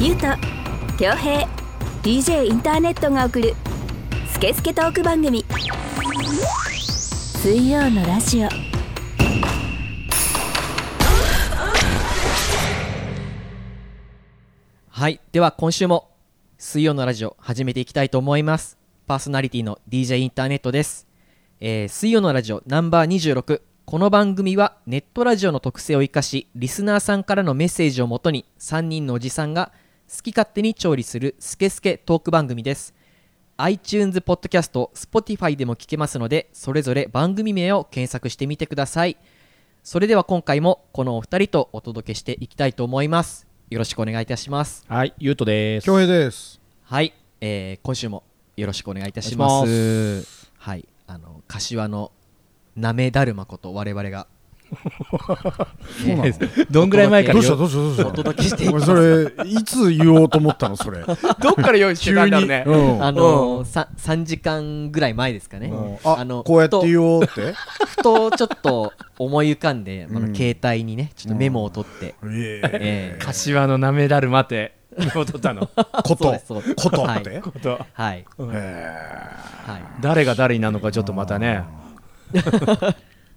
ゆうと恭平 DJ インターネットが送る「スケスケトーク番組」水曜のラジオはいでは今週も水曜のラジオ始めていきたいと思いますパーソナリティの DJ インターネットです、えー水曜のラジオナンバー26この番組はネットラジオの特性を生かしリスナーさんからのメッセージをもとに3人のおじさんが好き勝手に調理するスケスケトーク番組です iTunes ポッドキャスト Spotify でも聞けますのでそれぞれ番組名を検索してみてくださいそれでは今回もこのお二人とお届けしていきたいと思いますよろしくお願いいたしますはい、ゆうとです。恭平 です。はい、えー今週もよろしくお願いいたしますお願いしはいあの柏のなめだるまこと我々 がそうなのねどんぐらい前からよどうしたどうしたどうしたお届けしていきま俺すそれいつ言おうと思ったの それ どっから用意して急たんに、だろうね。うんあのさ3時間ぐらい前ですかね、うんあのこうやってう言おうってふとちょっと思い浮かんで、あうのん携帯にねちょっとメモを取って、 ええ えー柏のなめだるまって、を取ったの。 こそうとですそうですことはいってことはい、えはい、誰が誰になるのかちょっとまたね。え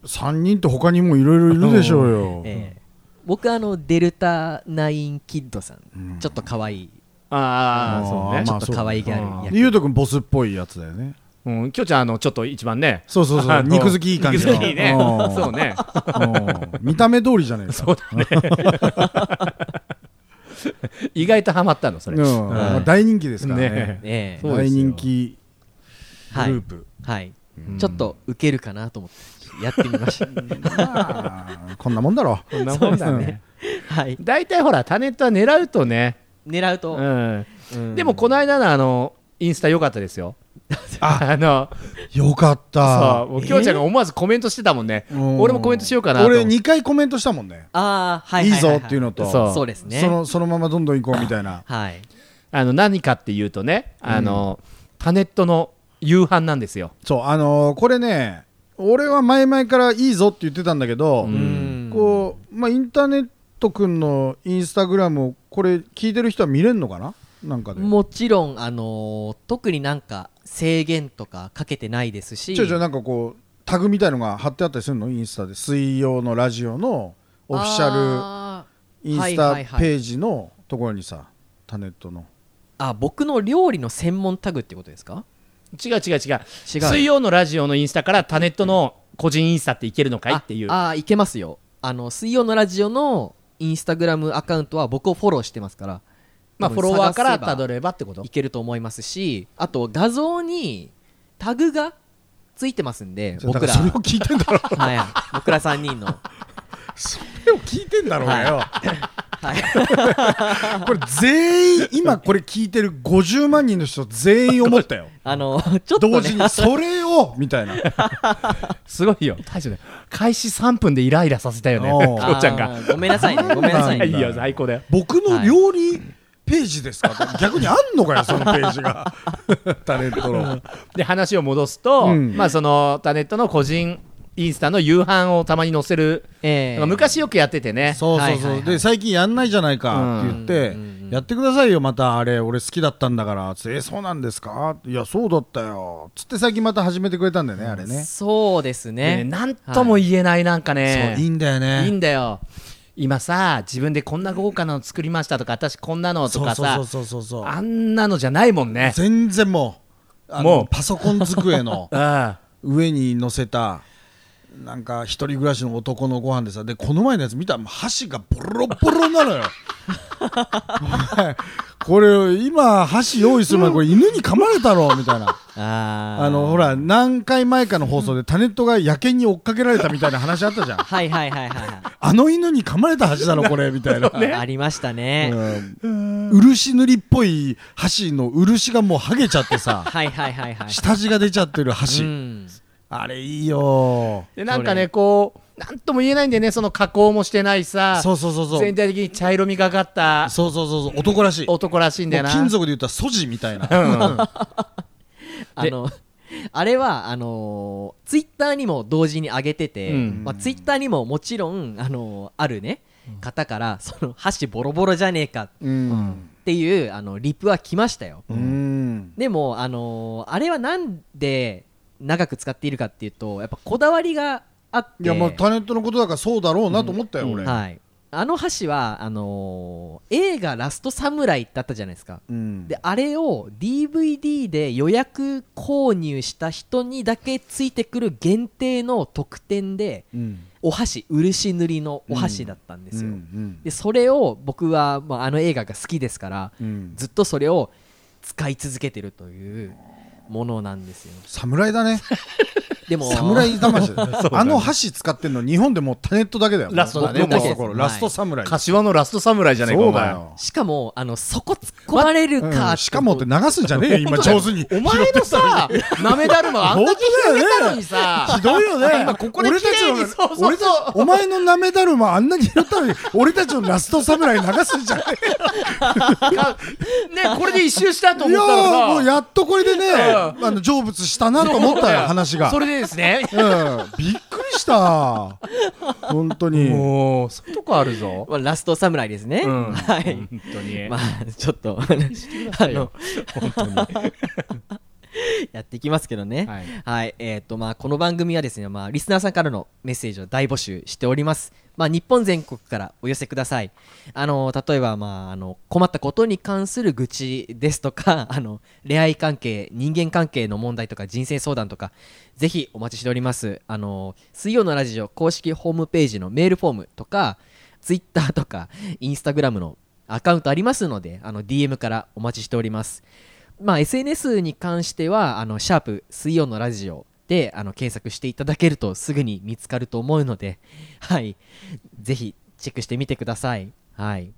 3人って他にもいろいろいるでしょうよえー僕あのデルタ9キッドさん、うんちょっと可愛いあああ、ーそうね。ちまょあっと可愛げある役でゆうとくんボスっぽいやつだよ ねうん、きょちゃん、あの、ちょっと一番ね。そうそうそあうの肉好きいい感じの肉好きいいね。うんそうね。うん見た目通りじゃねえかそうだね。意外とハマったの、それ。うんうんまあ大人気ですからねねえーそうで大すよ人気グループはい、ちょっとウケるかなと思ってやってみま したまあこんなもんだろこんなもんだね。はい大体ほら、タネットは狙うとね。狙うと、うん。うんでも、この間のあの、インスタ良かったですよ。 あの、よかったそう、もうきょうちゃんが思わずコメントしてたもんね。うん俺もコメントしようかなと。俺2回コメントしたもんねああはいいいはははぞっていうのとそうそうですねそのそのままどんどん行こうみたいなはいあの何かっていうとね、あの、タネットの夕飯なんですよ。そうあのーこれね俺は前々からいいぞって言ってたんだけど、んこうまあインターネット君のインスタグラムをこれ聞いてる人は見れるのかななんかでもちろんあのー特になんか制限とかかけてないですしちょいちょいなんかこうタグみたいのが貼ってあったりするのインスタで水曜のラジオのオフィシャあルインスはいタはいはいページのところにさタネットのーあ僕の料理の専門タグってことですか違う違う違う。違う水曜のラジオのインスタからタネットの個人インスタっていけるのかいっていう。ああーいけますよあの水曜のラジオのインスタグラムアカウントは僕をフォローしてますからまあ、多フォ分ロワーから探せばたどればってことい。けると思いますしあと画像にタグがついてますんで僕だからそれを聞いて んだろはい僕ら3人のそれを聞いてんだろうがよ、はい これ全員今これ聞いてる50万人の人全員思ったよあの ちょっと、ね、同時にそれをみたいなすごいよ。大将ね。開始3分でイライラさせたよね。おうこうちゃんあが。ーごめんなさい ねごめんなさいーねいいよ、最高だよ。僕の料理ページですか、逆にあんのかよそのペー ジがタレントので、話を戻すと、うんまあ、そのタネットの個人インスタの夕飯をたまに載せる。えー昔よくやっててね。そうそうそう、はいはいはいで最近やんないじゃないかって言って、うんうんうんうんやってくださいよまたあれ俺好きだったんだからつってえそうなんですかいやそうだったよつって最近また始めてくれたんだよね、あれねそうですでねねなんとも言えない、なんかね。そういいんだよねいいんだよ今さ自分でこんな豪華なの作りましたとか私こんなのとそうかさそうそうそうそうそうあんなのじゃないもんね全然もうあのもうパソコン 机のあ上に載せたなんか一人暮らしの男のご飯でさでこの前のやつ見たらもう箸がボロボロなのよ お前これ今箸用意する前これ犬に噛まれたろみたいな あーあのほら何回前かの放送でタネットが野犬に追っかけられたみたいな話あった じゃんはいはいはいはいはあの犬に噛まれた箸だろこれみた いな、 い、ありましたね、うん漆塗りっぽい箸の漆がもう剥げちゃってさはいはいはいはい下地が出ちゃってるう箸んあれいいよーでなんかそねこうなんとも言えないんだよねその加工もしてないさそうそうそうそう全体的に茶色みがかったそうそうそうそう男らしい男らしいんだよな もう金属で言ったら素地みたいなうんあの あれはあのツイッター Twitter にも同時に上げてて、うんまあ、ツイッターにももちろん、あのーあるね方からその箸ボロボロじゃねえかうんっていうあのリプは来ましたよ、うんでも、あのーあれはなんで長く使っているかっていうとやっぱこだわりがあっていやまあタネットのことだからそうだろうなと思ったよ俺はい、あの箸はあのー映画「ラストサムライ」だったじゃないですかうんであれを DVD で予約購入した人にだけついてくる限定の特典でうんお箸漆塗りのお箸だったんですよ、うんでそれを僕は、まあ、あの映画が好きですからうんずっとそれを使い続けてるというものなんですよ侍だねでも 侍魂ねあの箸使ってんの日本でもうタネットだけだよラストだね残すところはいラスト侍柏のラストサムライじゃないかそおうだ前よしかもあのそこ突っ込まれるか、うんしかもって流すんじゃねえよ今上手にお前のさなめだるまあんだけ広げたのにさ ひどいよね。今ここで綺麗に俺たちそのうそうそう俺たお前のなめだるまあんなに拾ったのに、俺たちのラスト侍流すんじゃねかねこれで一周したとえ。い思ったらやさもうやっとこれでね、あの成仏したなと思ったよ、話が。そうれでです ねん、びっくりした。本当に。もうそういうとこあるぞまあ、ラストサムライですね、うんはい、本当にまあちょっとはいよ本当にやっていきますけどね。ははいい、えっ、とまあこの番組はですね、まあリスナーさんからのメッセージを大募集しております。まあ日本全国からお寄せください。あの例えばまああの困ったことに関する愚痴ですとか、 あの恋愛関係、人間関係の問題とか人生相談とか、ぜひお待ちしております。あの水曜のラジオ公式ホームページのメールフォームとか、ツイッターとかインスタグラムのアカウントありますので、あの DM からお待ちしております。まあ、SNS に関しては、あの、シャープ水曜のラジオで、あの、検索していただけるとすぐに見つかると思うので、 はい。ぜひ、チェックしてみてください。はい。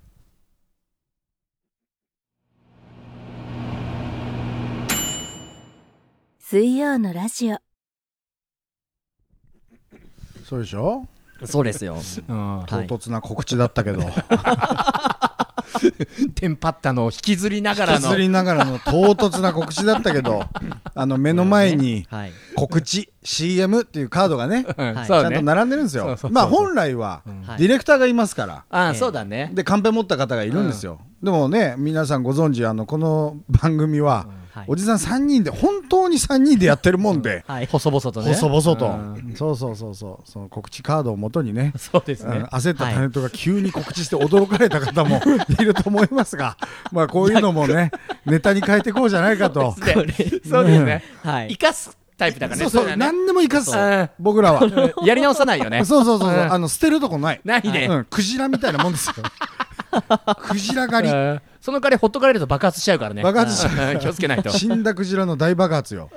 水曜のラジオそうでしょそうですよ。うん唐はい突な告知だっ たけど、テンパったのを引きずりながら引のきずりながらの唐突な告知だった けど、あの 目の前にはい。告知、CM っていうカードがね、うんはいちそうゃんだとね並んでるんですそうよそうそう。まあ本来は、はいディレクターがいますから、あええあそうだねでカンペ持った方がいるんですよ、でもね皆さんご存知あのこの番組は、はいおじさん3人で本当に3人でやってるもんで、はい。細々とね細々と、うんそうそうそうそうその告知カードをもとにねそうですうんね焦ったタレントが急に告知して驚かれた方も いると思いますが、まあこういうのも ねネタに変えていこうじゃないかとでこれそうですねはい生。かすタイプだからねそうそうだね何でも生かすうん僕らはそうやり直さないよね そうそうそううんあの捨てるとこないないねうん、クジラみたいなもん ですよクジラ狩りうんその代わりほっとかれると爆発しちゃうからね爆発しちゃうん気をつけないと死んだクジラの大爆発よ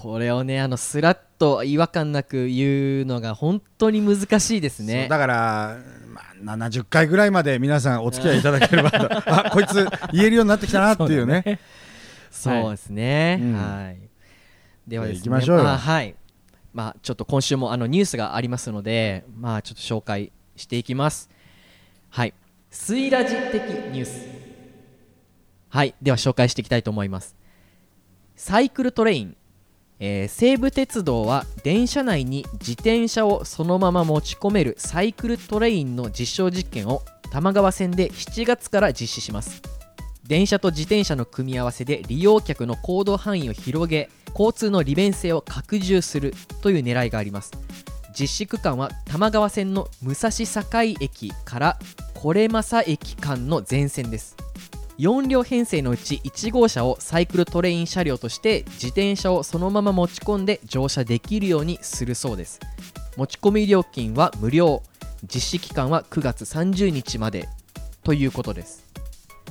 これをね、あの、スラッと違和感なく言うのが本当に難しいですそうね。だから、まあ、70回ぐらいまで皆さんお付き合いいただければとあこいつ言えるようになってきたなっていうねそうですね。うんはい。ではですね。行きましょうよあはい。まあちょっと今週もあのニュースがありますので、まあちょっと紹介していきます。はい。水ラジ的ニュース。はい。では紹介していきたいと思います。サイクルトレイン。えー西武鉄道は電車内に自転車をそのまま持ち込めるサイクルトレインの実証実験を多摩川線で7月から実施します電車と自転車の組み合わせで利用客の行動範囲を広げ交通の利便性を拡充するという狙いがあります実施区間は多摩川線の武蔵境駅から是正駅間の全線です4両編成のうち1号車をサイクルトレイン車両として自転車をそのまま持ち込んで乗車できるようにするそうです持ち込み料金は無料実施期間は9月30日までということです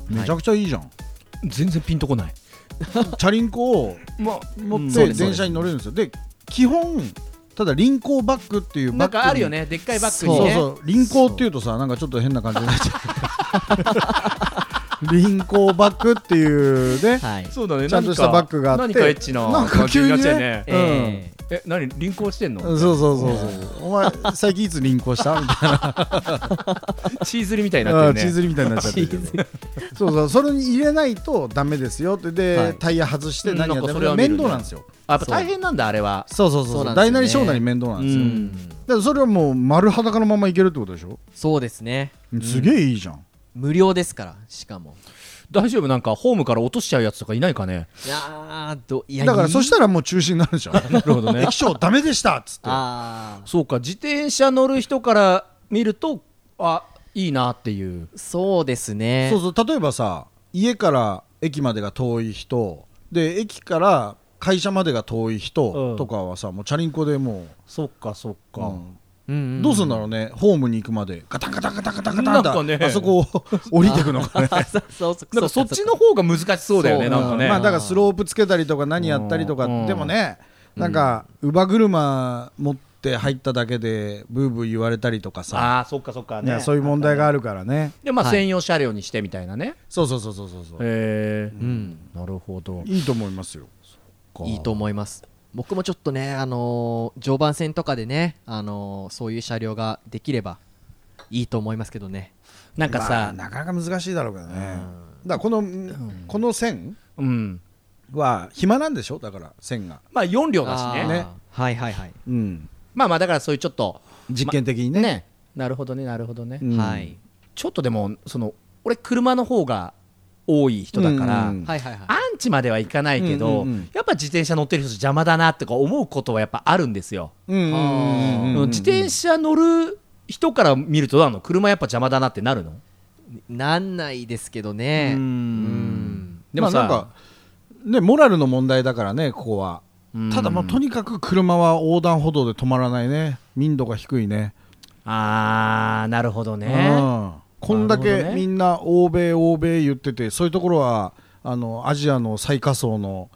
めちゃくちゃいいじゃん、 全然ピンとこないチャリンコをまあ持そうでってすそう電です車に乗れるんですよで基本ただ輪行バッグっていうなバッんグにかあるよねでっかいバッグそにうねそう輪行っていうとさなんかちょっと変な感じになっちゃ輪行バッグっていうね、はい。そうだねちゃんとしたバッグがあっ何てかエッチななんか急感じになにねっちゃうねええ何輪行してんのそうそうそうそうお前最近いつ輪行したみたいチーズリみたいにななあってチーるねズリみたいになっちゃってるけどそうそうそれに入れないとダメですよってで、はいタイヤ外して何やってなんかそも、れは見るね面倒なんですよあやっぱ大変なんだあれはそうそうそうそうなんですよね大なり小なり面倒なんですよ、うんだからそれはもう丸裸のままいけるってことでしょえそうですね。すげえいいじゃん、無料ですから、しかも。大丈夫なんかホームから落としちゃうやつとかいないかねいやーど、いやだからそしたたらもう中止になるじゃんなるほどね液晶ダメでしたっつってあそうか自転車乗る人から見るとあいいなっていうーそうですね。そうそう例えばさ家から駅までが遠い人で駅から会社までが遠い人とかはさ、もうチャリンコでもそっかそっう、うんうんうんうんどうすんだろうねホームに行くまでガタンガタンガタンガタンガタンなんかねあ そこを降りてくのか ねそうそうそうなんかそっちの方が難しそうだよねそうなんかね、まあだからスロープつけたりとか何やったりとか、うんでもねなんか乳母車持って入っただけでブーブー言われたりとかさ、ああーそっかそっかいやねそういう問題があるからねでまあはい専用車両にしてみたいなね、そうそうそうそうそうそうへえ、んなるほどいいと思いますよいいと思います僕もちょっとね、あのー常磐線とかでね、あのーそういう車両ができればいいと思いますけどねなんかまあさ、なかなか難しいだろうけどね、だからこの、この線うんは暇なんでしょだから線が、まあ4両だしねあーねはいはいはい、うん、まあまあだからそういうちょっと実験的にね,、ねなるほどねなるほどね、うんはい、ちょっとでもその俺車の方が多い人だから、うんはいはいはいアンチまではいかないけど、うんうんうんやっぱ自転車乗ってる人邪魔だなとか思うことはやっぱあるんですよ、うんうんうんうんうん自転車乗る人から見るとどうなの車やっぱ邪魔だなってなるのなんないですけどねうーんうんでもさ、まあなんかねモラルの問題だからねここはうんただまあとにかく車は横断歩道で止まらないね民度が低いね、あーなるほどね、うん、こんだなるほけどねみんな欧米欧米言っててそういうところはあのアジアの最下層の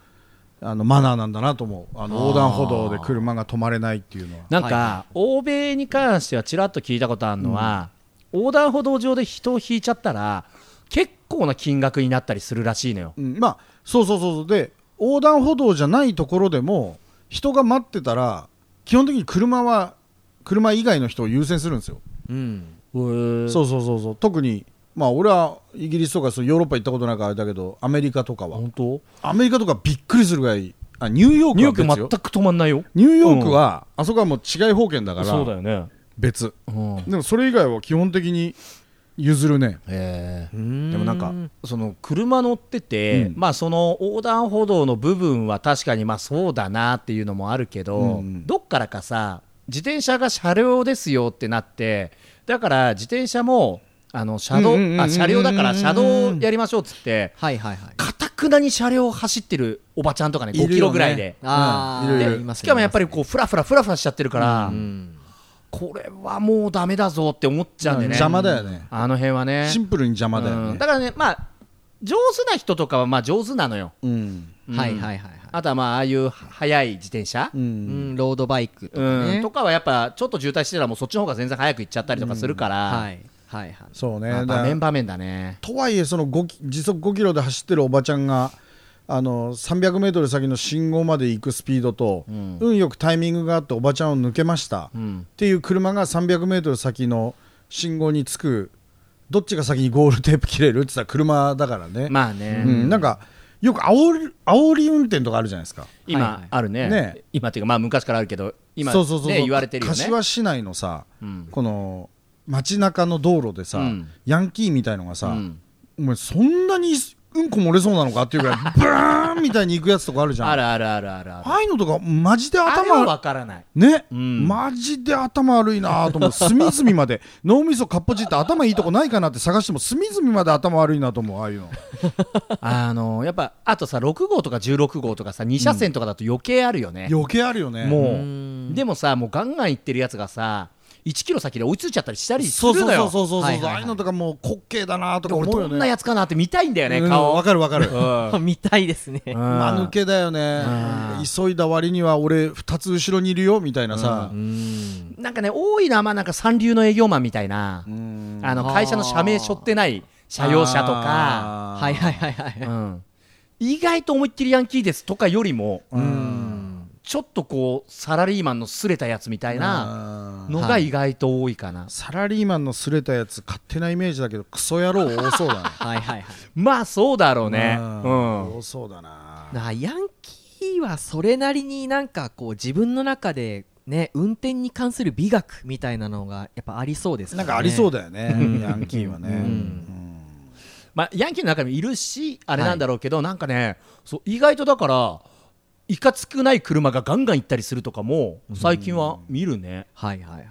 あのマナーなんだなと思うあの横断歩道で車が止まれないっていうのはなんか、はいは欧米に関してはちらっと聞いたことあるのは、横断歩道上で人を引いちゃったら結構な金額になったりするらしいのようん、まあそうそうそうそうで横断歩道じゃないところでも人が待ってたら基本的に車は車以外の人を優先するんですよ、うんそうそうそうそう特にまあ俺はイギリスとかそうヨーロッパ行ったことないからあれだけどアメリカとかは本当アメリカとかびっくりするぐらいあニューヨニークューはヨーク別全よく止まんないよニューヨークは、あそこはもう違い保険だからよね別うんでもそれ以外は基本的に譲るねえでえでもなんかその車乗ってて、うんまあその横断歩道の部分は確かにまあそうだなっていうのもあるけど、うんどっからかさ自転車が車両ですよってなってだから自転車もあの車道うんうんうんうんあ車両だから車道やりましょうっつってはいはいはいかたくなに車両走ってるおばちゃんとかねいるよ5ねキロぐらいで。あうんーいろいろいますしかもやっぱりこうフラフラフラフラしちゃってるから、う、うん、これはもうダメだぞって思っちゃうんでね、邪魔だよねあの辺はねシンプルに邪魔だようんねだからねまあ上手な人とかはまあ上手なのようんうんはいはいはいはいあとはまあああいう速い自転車う、うんん、ロードバイクとうかんね、とかはやっぱちょっと渋滞してたらもうそっちの方が全然早く行っちゃったりとかするから、はいはいはいそうねまあだ場から面場面だねとはいえその5キ時速5キロで走ってるおばちゃんがあの300メートル先の信号まで行くスピードと、うん運よくタイミングがあっておばちゃんを抜けました、うっんていう車が300メートル先の信号につくどっちが先にゴールテープ切れるって言ったら車だからね、まあね、うん、なんかよく煽り煽り運転とかあるじゃないですか今、はいはいあるねね今っていうかまあ昔からあるけど今そうそうそうそうね言われてるよね柏市内のさ、うんこの街中の道路でさ、うんヤンキーみたいのがさ、うんお前そんなにうんこ漏れそうなのかっていうぐらいブラーンみたいに行くやつとかあるじゃんあるあるあるあるあるああいうのとかマジであれは頭わからないね、うんマジで頭悪いなと 思う隅々まで脳みそかっぽじって頭いいとこないかなって探しても隅々まで頭悪いなと思うああいうのあのやっぱあとさ6号とか16号とかさ2車線とかだと余計あるよね、余計あるよねもううんでもさもうガンガン行ってるやつがさ1キロ先で追いついちゃったりしたりすそうるそうのそうよそうそうそう、はいはいはいああいうのとかもう滑稽だなとでか俺思うよどねんなやつかなって見たいんだよね、顔うんわかるわかるうん見たい ですね間抜けだよねうん急いだ割には俺2つ後ろにいるよみたいなさうんなんかね多いなまあなんか三流の営業マンみたいな、うんあのあー会社の社名背負ってない社用車とか、あーはいはいはいはい、うん意外と思いっきりヤンキーですとかよりも、うんちょっとこうサラリーマンのすれたやつみたいなあーのが意外と多いかな、サラリーマンのすれたやつ勝手なイメージだけどクソ野郎多そうだねはいはいはいまあそうだろうねううんん多そうだななあヤンキーはそれなりになんかこう自分の中でね運転に関する美学みたいなのがやっぱありそうですなんかありそうだだよねヤンキーはねうんまあ、ヤンキーの中にもいるしあれなんだろうけど、なんかねそう意外とだからいかつくない車がガンガン行ったりするとかも最近は見るね、はいはいはい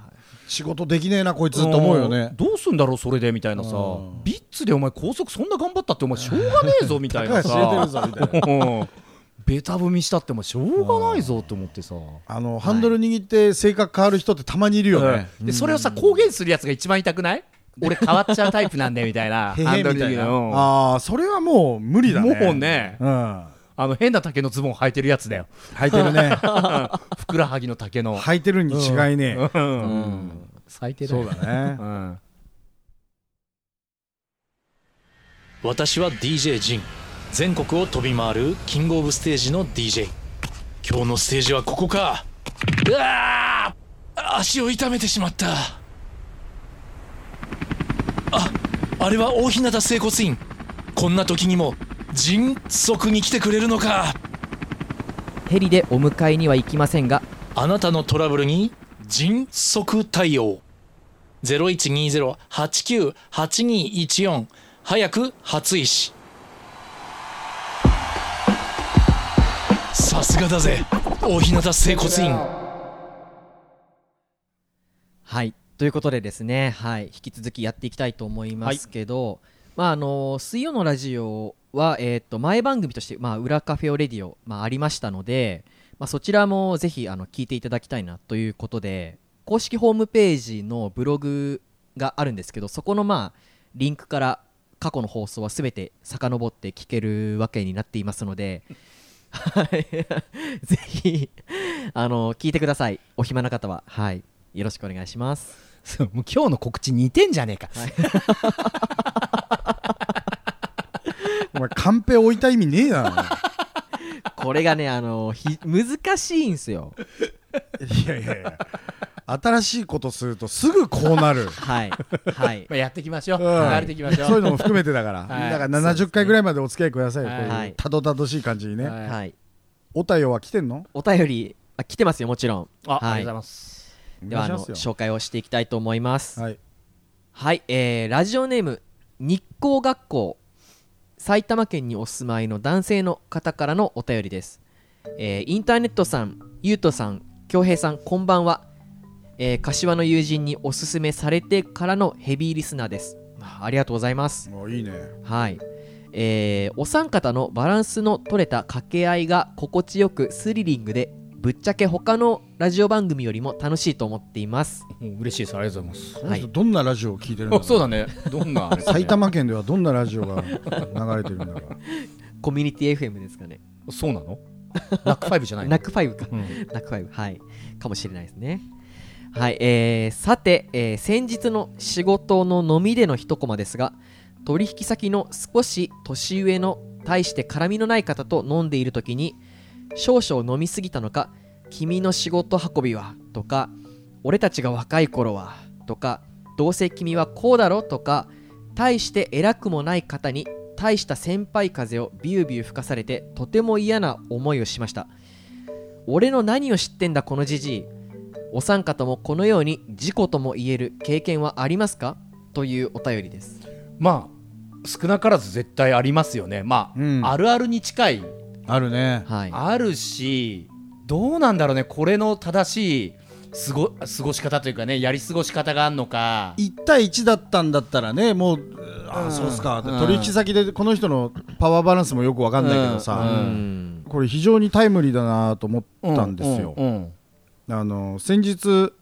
仕事できねえなこいつと思うよねんどうすんだろうそれでみたいなさうんビッツでお前高速そんな頑張ったってお前しょうがねえぞみたいな知れてるさぞみたいなうんベタ踏みしたってもしょうがないぞって思ってさ、あのハンドル握って性格変わる人ってたまにいるよねでそれをさ公言するやつが一番痛くない俺変わっちゃうタイプなんでみたいなへへハンドルみたいなうんああそれはもう無理だねもうねうんあの変な竹のズボン履いてるやつだよ履いて るねふくらはぎの竹の履いてるに違いねうん最低えだそうよだねうん私は DJ ジン全国を飛び回るキングオブステージの DJ 今日のステージはここかうわー足を痛めてしまったああれは大日向整骨院こんな時にも迅速に来てくれるのかヘリでお迎えには行きませんがあなたのトラブルに迅速対応0120-89-8214早く初石さすがだぜ大日向整骨院はいということでですね、はい、引き続きやっていきたいと思いますけど、まああの水曜のラジオは、えー、と前番組として、まあ、裏カフェオレディオ、まあ、ありましたので、まあ、そちらもぜひあの聞いていただきたいなということで公式ホームページのブログがあるんですけどそこの、まあ、リンクから過去の放送はすべて遡って聞けるわけになっていますので、はい、 ぜひ あの聞いてくださいお暇な方は、はい、よろしくお願いします。そうもう今日の告知似てんじゃねえかお前カンペ置いた意味ねえだろ これがね、あのひ難しいんすよ。いやいやいや新しいことするとすぐこう なるはい。はいま。あやっていきましょううん慣れていきましょうそういうのも含めてだか ら、はいだから70回ぐらいまでお付き合いくださいよ、はいこうはいういたどたどしい感じにね、はいはい。おたよは来てんのお便り、あ来てますよ、もちろん。ああはりがとうございい。ますでは、あの、お願いしま紹介をしていきたいと思います。すよはいはい、えーラジオネーム日光学校埼玉県にお住まいの男性の方からのお便りです、えーインターネットさんゆうとさん恭平さんこんばんは、えー柏の友人におすすめされてからのヘビーリスナーですあありがとうございますもういいねはい、えーお三方のバランスの取れた掛け合いが心地よくスリリングでぶっちゃけ他のラジオ番組よりも楽しいと思っていますうん嬉しいですありがとうございますこの人どんなラジオを聞いてるんだろ あそうだねどんなあれかね埼玉県ではどんなラジオが流 れてるんだろうコミュニティ FM ですかねそうなのナックファイブじゃないのナックファイブかうんナックファイブはいかもしれないですねはいえー、さて、えー先日の仕事の飲みでの一コマですが取引先の少し年上の大して絡みのない方と飲んでいる時に少々飲みすぎたのか「君の仕事運びは」とか「俺たちが若い頃は」とか「どうせ君はこうだろ」とか大して偉くもない方に大した先輩風をビュービュー吹かされてとても嫌な思いをしました俺の何を知ってんだこのじじいお三方もこのように事故とも言える経験はありますかというお便りですまあ少なからず絶対ありますよねまあ、うんあるあるに近い、あるねはいあるしどうなんだろうねこれの正しい過ご過ごし方というかねやり過ごし方があるのか1対1だったんだったらねもうあうんそうっすかってうん取引先でこの人のパワーバランスもよくわかんないけどううさんこれ非常にタイムリーだなと思ったんですようんうんあの先日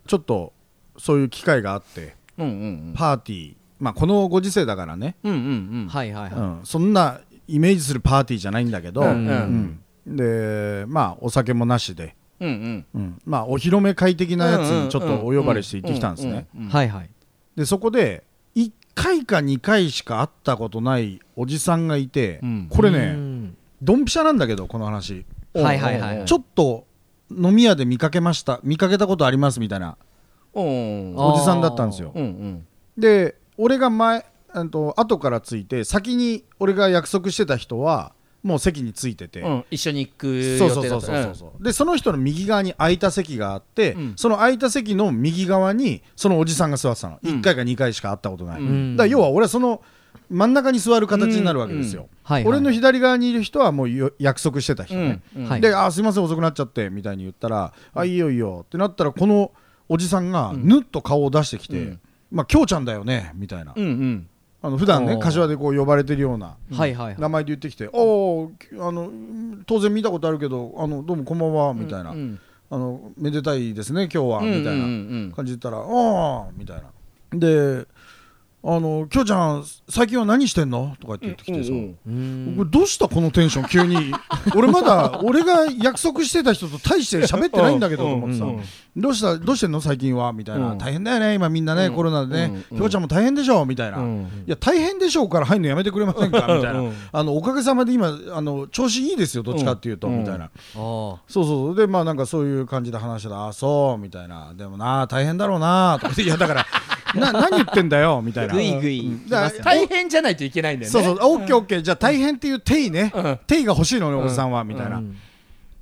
ちょっとそういう機会があってうんうんパーティーまあこのご時世だからねうんうんうんはいはいはうんそんなイメージするパーティーじゃないんだけどうんうんでまあお酒もなしでうんうんうんまあお披露目会的なやつにちょっとお呼ばれして行ってきたんですねうんうんいはいはいでそこで1回か2回しか会ったことないおじさんがいて、うんこれうねんドンピシャなんだけどこの話、はいはいはいうんちょっと飲み屋で見かけました見かけたことありますみたいなうんあおじさんだったんですようんうんで俺が前あと後からついて先に俺が約束してた人はもう席についてて、うん一緒に行く予そうそう定そだうったそうそう、でその人の右側に空いた席があって、うんその空いた席の右側にそのおじさんが座ってたの、うん1回か2回しか会ったことない、うんだから要は俺はその真ん中に座る形になるわけですよ、はいはい俺の左側にいる人はもうよ約束してた人ね、うんうんはいで「あーすいません遅くなっちゃって」みたいに言ったら「あいいよいいよ」ってなったらこのおじさんがぬっと顔を出してきて「うんまあ京ちゃんだよね」みたいな、うんうんあの普段ねおー柏でこう呼ばれてるようなはいはいはい名前で言ってきて「おおあの当然見たことあるけどあのどうもこんばんは」みたいな、うんあの「めでたいですね今日は」うんみたいうんうなん感じで言ったら「ああ」みたいな。で「あの京ちゃん最近は何してんの?」とかって言ってきてさ、うんうんこれどうしたこのテンション急に 俺まだ俺が約束してた人と大して喋ってないんだけどと思ってさうんうんどうしたどうしてんの最近はみたいな、うん大変だよね今みんなね、うんコロナでねうひんょうちゃんも大変でしょみたいな、うんいや大変でしょうから入るのやめてくれませんかみたいな、うんあのおかげさまで今あの調子いいですよどっちかっていうと、うんみたいなあそうそうそうでまあなんかそういう感じで話してたあそうみたいなでもな大変だろうなとか言っていやだから な何言ってんだよみたいあなぐいぐいうんだから大変じゃないといけないんだよねそうそう、オッケーオッケー、じゃあ大変っていう定位ね、うん定位が欲しいのね、おじさんは、みたいな。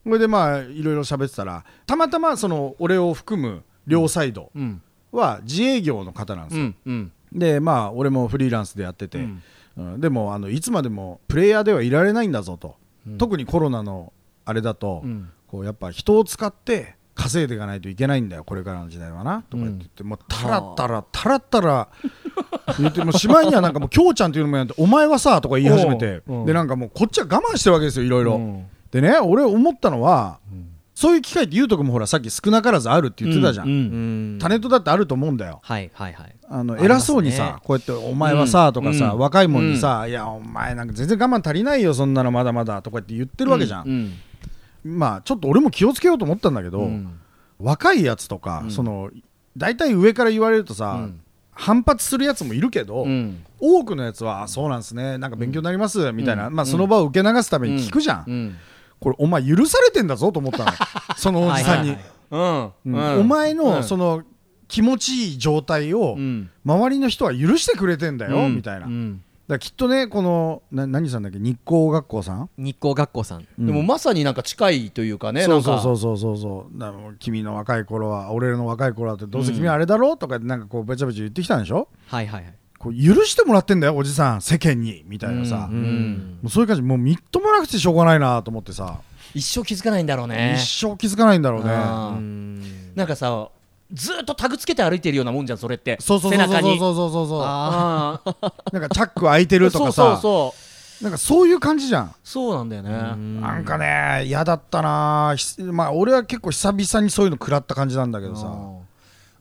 それでまあ、いろいろ喋ってたら、たまたま、その、俺を含む両サイドうんは自営業の方なんですうよ。んうんで、まあ、俺もフリーランスでやってて、うんうんでも、あの、いつまでもプレイヤーではいられないんだぞと。特にコロナのあれだと、うんこう、やっぱ人を使って、稼いでいかないといけないんだよこれからの時代はなとか言って言って、もうたらたらたらたら言ってもうしまいにはなんかもう京ちゃんっていうのもやってお前はさとか言い始めて、おううんでなんかもうこっちは我慢してるわけですよいろいろ、うんでね俺思ったのは、そういう機会ってゆうとくんもほらさっき少なからずあるって言ってたじゃん、ううんんタネットだってあると思うんだよはいはいはいあのあり偉ますねそうにさ、こうやって「お前はさ」とかさ、うん若いもんにさ、いやお前なんか全然我慢足りないよそんなのまだまだ」とかって言ってるわけじゃん、うんまあちょっと俺も気をつけようと思ったんだけど、うん若いやつとか、その大体上から言われるとさ、うん反発するやつもいるけど、うん多くのやつはあそうなんですねなんか勉強になりますみたいな、まあ、その場を受け流すために聞くじゃん、うんこれお前許されてんだぞと 思ったのそのおじさんに、はいはいはいうんうんお前のそのの気持ちいい状態をうん周りの人は許してくれてんだよ、うんみたいな、うだかんらきっとねこのな何さんだっけ日光学校さん日光学校さんうんでもまさになんか近いというかねそうそうそううそうそうそうだからもう君の若い頃は俺の若い頃だってどうせ君はあれだろ、とかってなんかこうべちゃべちゃ言ってきたんでしょはいはいはいこう許してもらってんだよおじさん世間にみたいなさ、うもんうそういう感じもうみっともなくてしょうがないなと思ってさ、一生気づかないんだろうね一生気づかないんだろうねあーうんなんかさずーっとタグつけて歩いてるようなもんじゃんそれってそうそう背そうそ中うそうにそうそうそあーうなんかチャック開いてるとそかうそうさそうなんかそういう感じじゃんそうなんだよねなんかね嫌だったなひまあ俺は結構久々にそういうの食らった感じなんだけどさ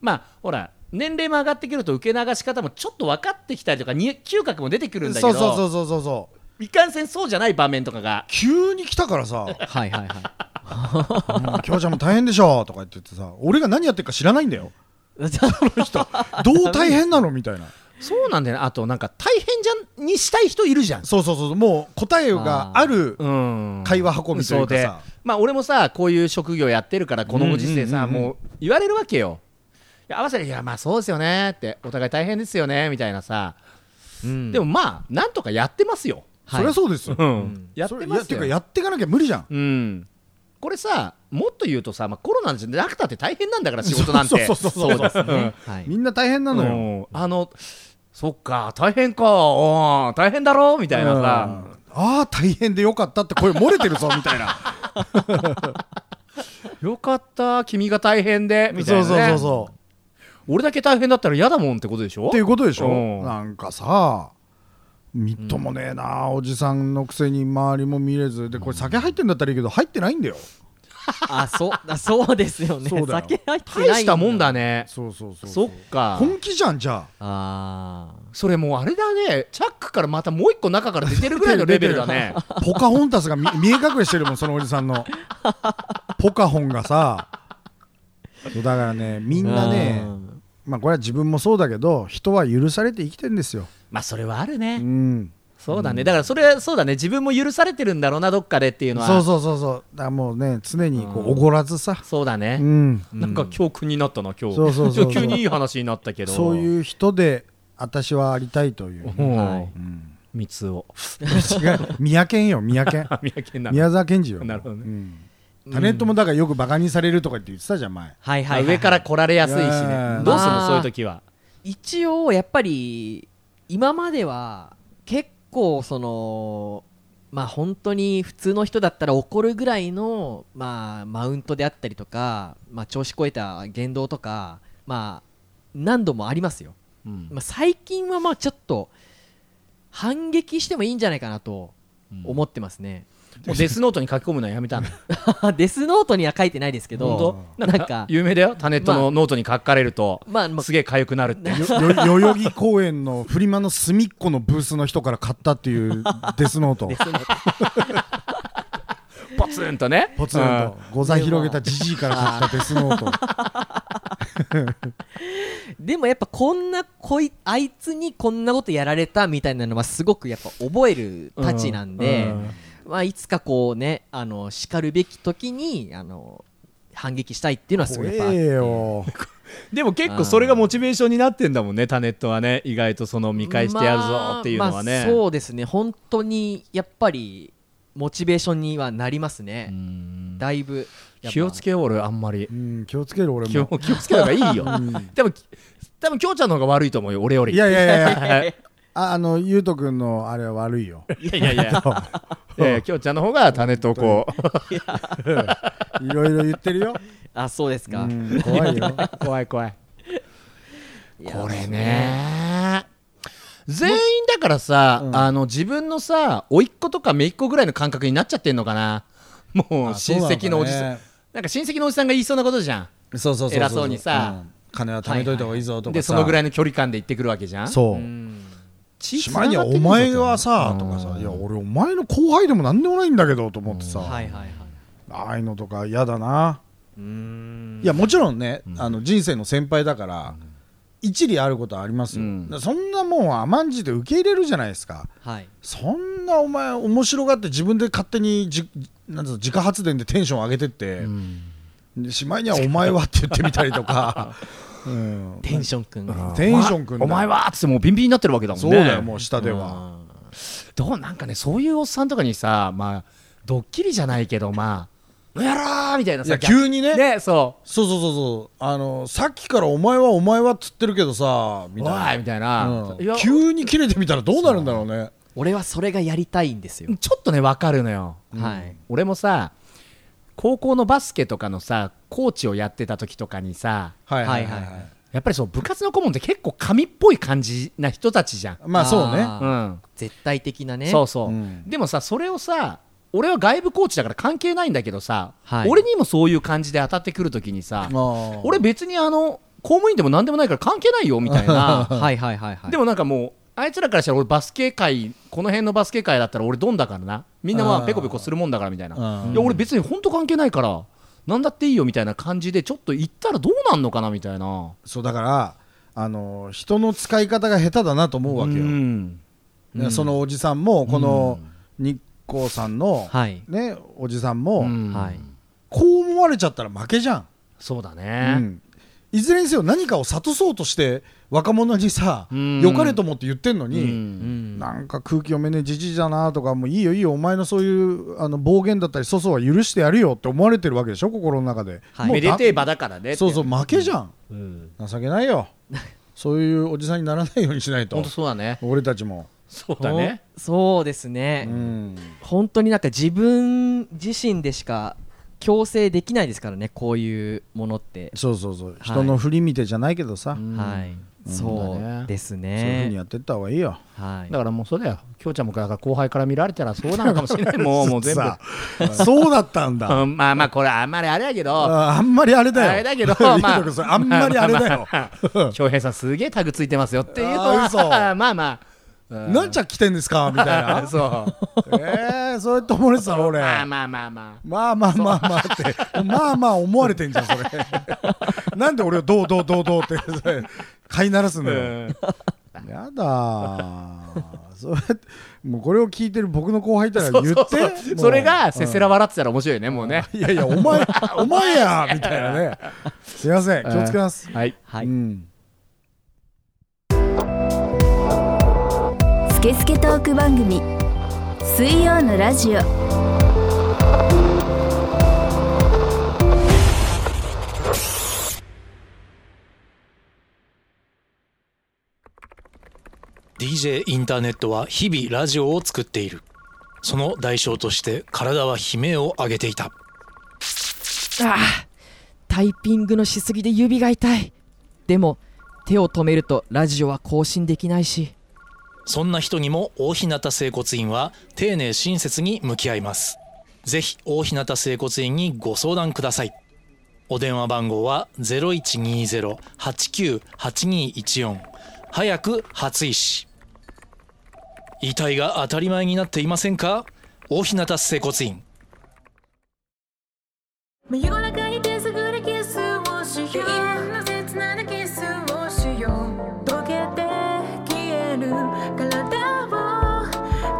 まあほら年齢も上がってくると受け流し方もちょっと分かってきたりとかに嗅覚も出てくるんだけそうそうそどうそうそうそういかんせんそうじゃない場面とかが急に来たからさはいはいはい「京ちゃんも大変でしょ」とか言っててさ俺が何やってるか知らないん だよどう大変なのみたいなそうなんだよねあとなんか大変じゃんにしたい人いるじゃんそうそうそうもう答えがあるうん会話運びといそううかさでまあ俺もさこういう職業やってるからこのご時世さ、もう言われるわけよいや合わせて「いやまあそうですよね」ってお互い大変ですよねみたいなさ、うん でもまあなんとかやってますよ、そりゃそうですようんやってそれまやすてよかやっていかなきゃ無理じゃんうんこれさもっと言うとさ、まあ、コロナじゃなくたって大変なんだから仕事なんてそうそうそうそうですねはいみんな大変なのようんあのそっか大変かうん大変だろみたいなさ、うんああ大変でよかったって声漏れてるぞみたいなよかった君が大変で みたいそな、ね、うそうそうそう俺だけ大変だったら嫌だもんってことでしょっていうことでしうんょなんかさみっともねえなおじさんのくせに周りも見れずでこれ酒入ってんだったらいいけど入ってないんだよあそうあそうですよねそうだよ酒入ってない大したもんだねそうそうそうそっか本気じゃんじゃああそれもうあれだねチャックからまたもう一個中から出てるぐらいのレベル だねポカホンタスが見 見え隠れしてるもんそのおじさんのポカホンがさそうだからねみんなねうんまあこれは自分もそうだけど人は許されて生きてるんですよ、まあそれはあるね、うん、そうだねだからそれそうだね自分も許されてるんだろうなどっかでっていうのはそうそうそうそうだからもうね常にこうおごらずさ、そうだね、うん、なんか教訓になったな今日そうそうそうそう急にいい話になったけどそうう、いう人で私はありたいという、はいうん、三つ を違う宮県よ宮県三宅 な宮沢賢治よなるほどねうんタレントもだからよくバカにされるとかって言ってたじゃん前はいまはあい、はい、上から来られやすいしねいやーどうするまのあそういう時は一応やっぱり今までは結構そのまあ本当に普通の人だったら怒るぐらいのまあマウントであったりとかまあ調子こえた言動とかまあ何度もありますよ、うんまあ、最近はまあちょっと反撃してもいいんじゃないかなと思ってますね、 もうデスノートに書き込むのはやめ たんだデスノートには書いてないですけ本ど当なんか 有名だよタネットのノートに書かれると、まあまあすげえ痒くなるってよ よ代々木公園のフリマの隅っこのブースの人から買ったっていうデスノートポツンとねポツンとご座広げたじじいから買ったデスノートでもやっぱこんなこいあいつにこんなことやられたみたいなのはすごくやっぱ覚えるたちなんで、うんまあ、いつかこうねあの叱るべき時にあの反撃したいっていうのはすご怖いやっぱあっえてよでも結構それがモチベーションになってんだもんねタネットはね意外とその見返してやるぞっていうのはね、まあまあそうですね本当にやっぱりモチベーションにはなりますうね、んだいぶやっぱ気をつけよう俺あんまりうん気をつける俺気をも気をつけた方がいいよでもき多分きょうちゃんの方が悪いと思うよ俺よりいやいやいやいや やいああのゆうとくんのあれは悪いよやいやい やいやいやきょうちゃんの方がタネットをこいろいろ言ってるよあそうですか、うん怖いよう怖い怖いいやこれね全員だからさ、うんあの自分のさ甥っ子とか姪っ子ぐらいの感覚になっちゃってんのかなもう親戚のおじさん、なんか親戚のおじさんが言いそうなことじゃんそうそうそ う偉そうにさん金は貯めといた方がいいぞとかさでそのぐらいいの距離感で言ってくるわけじゃんうそうしまいにはお前はさとかさ「いや俺お前の後輩でも何でもないんだけど」と思ってさはいはいあはいあいうのとか嫌だなうーんいやもちろんねあの人生の先輩だから一理あることはありますようんだからそんなもんは甘んじて受け入れるじゃないですかはいそんなお前面白がって自分で勝手にじなんつうの自家発電でテンション上げてって、でしまいには「お前は」って言ってみたりとか、うん、テンションくんがテンションくんだお前お前はっつってもうビンビンになってるわけだもんねそうだよもう下では、うんどうなんかねそういうおっさんとかにさまあドッキリじゃないけどまあ「やろー!」みたいないさや急にねねそそうそうそうそうあのさっきから「お前はお前は」っつってるけどさう「みおたい!」いみたいな、な、うんいやちょ急に切れてみたらどうなるんだろうね俺はそれがやりたいんですよ、っとね分かるのよはい俺もさ高校のバスケとかのさコーチをやってた時とかにさはいははいいははいいやっぱりそう部活の顧問って結構神っぽい感じな人たちじゃん、まあそうねあーうん、絶対的なねそうそう、うんでもさそれをさ俺は外部コーチだから関係ないんだけどさ、はい俺にもそういう感じで当たってくるときにさ、あ俺別にあの公務員でも何でもないから関係ないよみた いなはいはいはいはいでもなんかもうあいつらからしたら俺バスケ界この辺のバスケ界だったら俺ドンだからなみんなまあーあペコペコするもんだからみたいなうんいや俺別に本当関係ないから何だっていいよみたいな感じでちょっと行ったらどうなんのかなみたいなそうだからあの人の使い方が下手だなと思うわけよ、うんねそのおじさんもこの日光さんの、はいね、おじさんも、うんはいこう思われちゃったら負けじゃん、そうだうね、ん、いずれにせよ何かを諭そうとして若者にさ、うん良かれと思って言ってんのうに、うんんなんか空気読めねえじじいだなとかもういいよいいよお前のそういうあの暴言だったり粗相は許してやるよって思われてるわけでしょ心の中で、はいもうめだでてえ場だからねってそうそう負けじゃん、うん情けないよそういうおじさんにならないようにしないと本当そうだね俺たちも、そうだねそうですね、うん、本当になんか自分自身でしか強制できないですからねこういうものって、そうそうそう、人の振り見てじゃないけどさ、うんはいそうだそねうですそういうふうにねやってった方がいいよ。はいだからもうそうだよきょうちゃんもだから後輩から見られたらそうなのかもしれ ないもうもう全部さあそうだったんだ。うんまあまあこれあんまりあれやけどああんまりあれだよ。あれだけど いいまあとこ それあんまりあれだよ。恭平さんすげえタグついてますよっていうとあー嘘はまあまあなんちゃ来てんですかみたい なそうええそれと思われてたの俺まあまあまあままあまあまあまあって、まあまあ思われてんじゃ ん、それ。なんで俺をどうどうどうどうって、それ飼いならすのよ。やだーそれもうこれを聞いてる僕の後輩いたら言ってあそうもうそれがせうせら笑ってたら面白いよねもうねんいやいやお前お前やみたいなねすいません気をつけます、はいはいうんスケスケトーク番組水曜のラジオ「DJ インターネット」は日々ラジオを作っているその代償として体は悲鳴を上げていたタイピングのしすぎで指が痛いでも手を止めるとラジオは更新できないしそんな人にも大日向整骨院は丁寧親切に向き合います。ぜひ大日向整骨院にご相談ください。お電話番号は0120-898214早く初医師。遺体が当たり前になっていませんか大日向整骨院。真夜中に手探りキスをしよう今の切なキスをしよう溶けて消える体を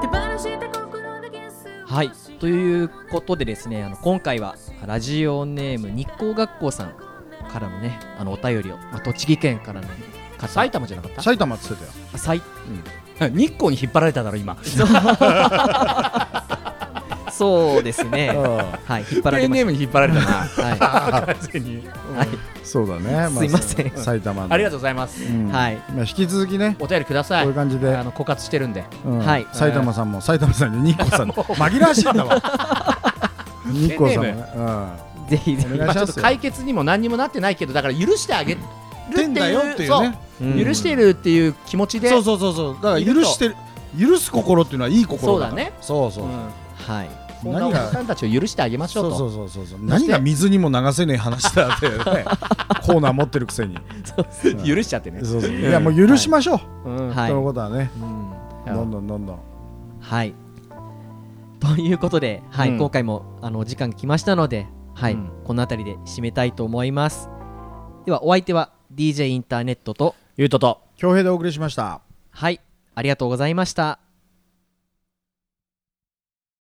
手放して心でキスをしようはいということでですねあの今回はラジオネーム日光学校さんからのねあのお便りを、まあ、栃木県からの方埼玉じゃなかった埼玉っつってたよあ埼日光に引っ張られただろ今そうです ねうはい引っ張らペれンまネームに引っ張られたなしたは完全にい、はいそうだね、すいませんそう埼玉のありがとうございますうんはいまあ、引き続きねお便りくださいこういう感じであの枯渇してるんでうんはい埼玉さんも埼玉さんに日光さんに紛らわしいんだわ日光さんもね、 ぜひぜうん、まお願あいしちょまっとすよ解決にも何にもなってないけどだから許してあげるっててんだよっていうねひそう許してるっていう気持ちでそうそうそうそうだから許してる許す心っていうのはいい心だかそらうだねそうそうう、んはいそんなお何が客さんたちを許してあげましょそううとそうそうそうそう何が水にも流せねえ話だってねコーナー持ってるくせにう許しちゃってねそうそういやもう許しましょう、うんはいということはね、うんどんどんどんどんはいということで、はいうん今回もあのお時間来ましたので、はいうんこの辺りで締めたいと思いますではお相手は DJ インターネットとゆうとと恭平でお送りしましたはいありがとうございました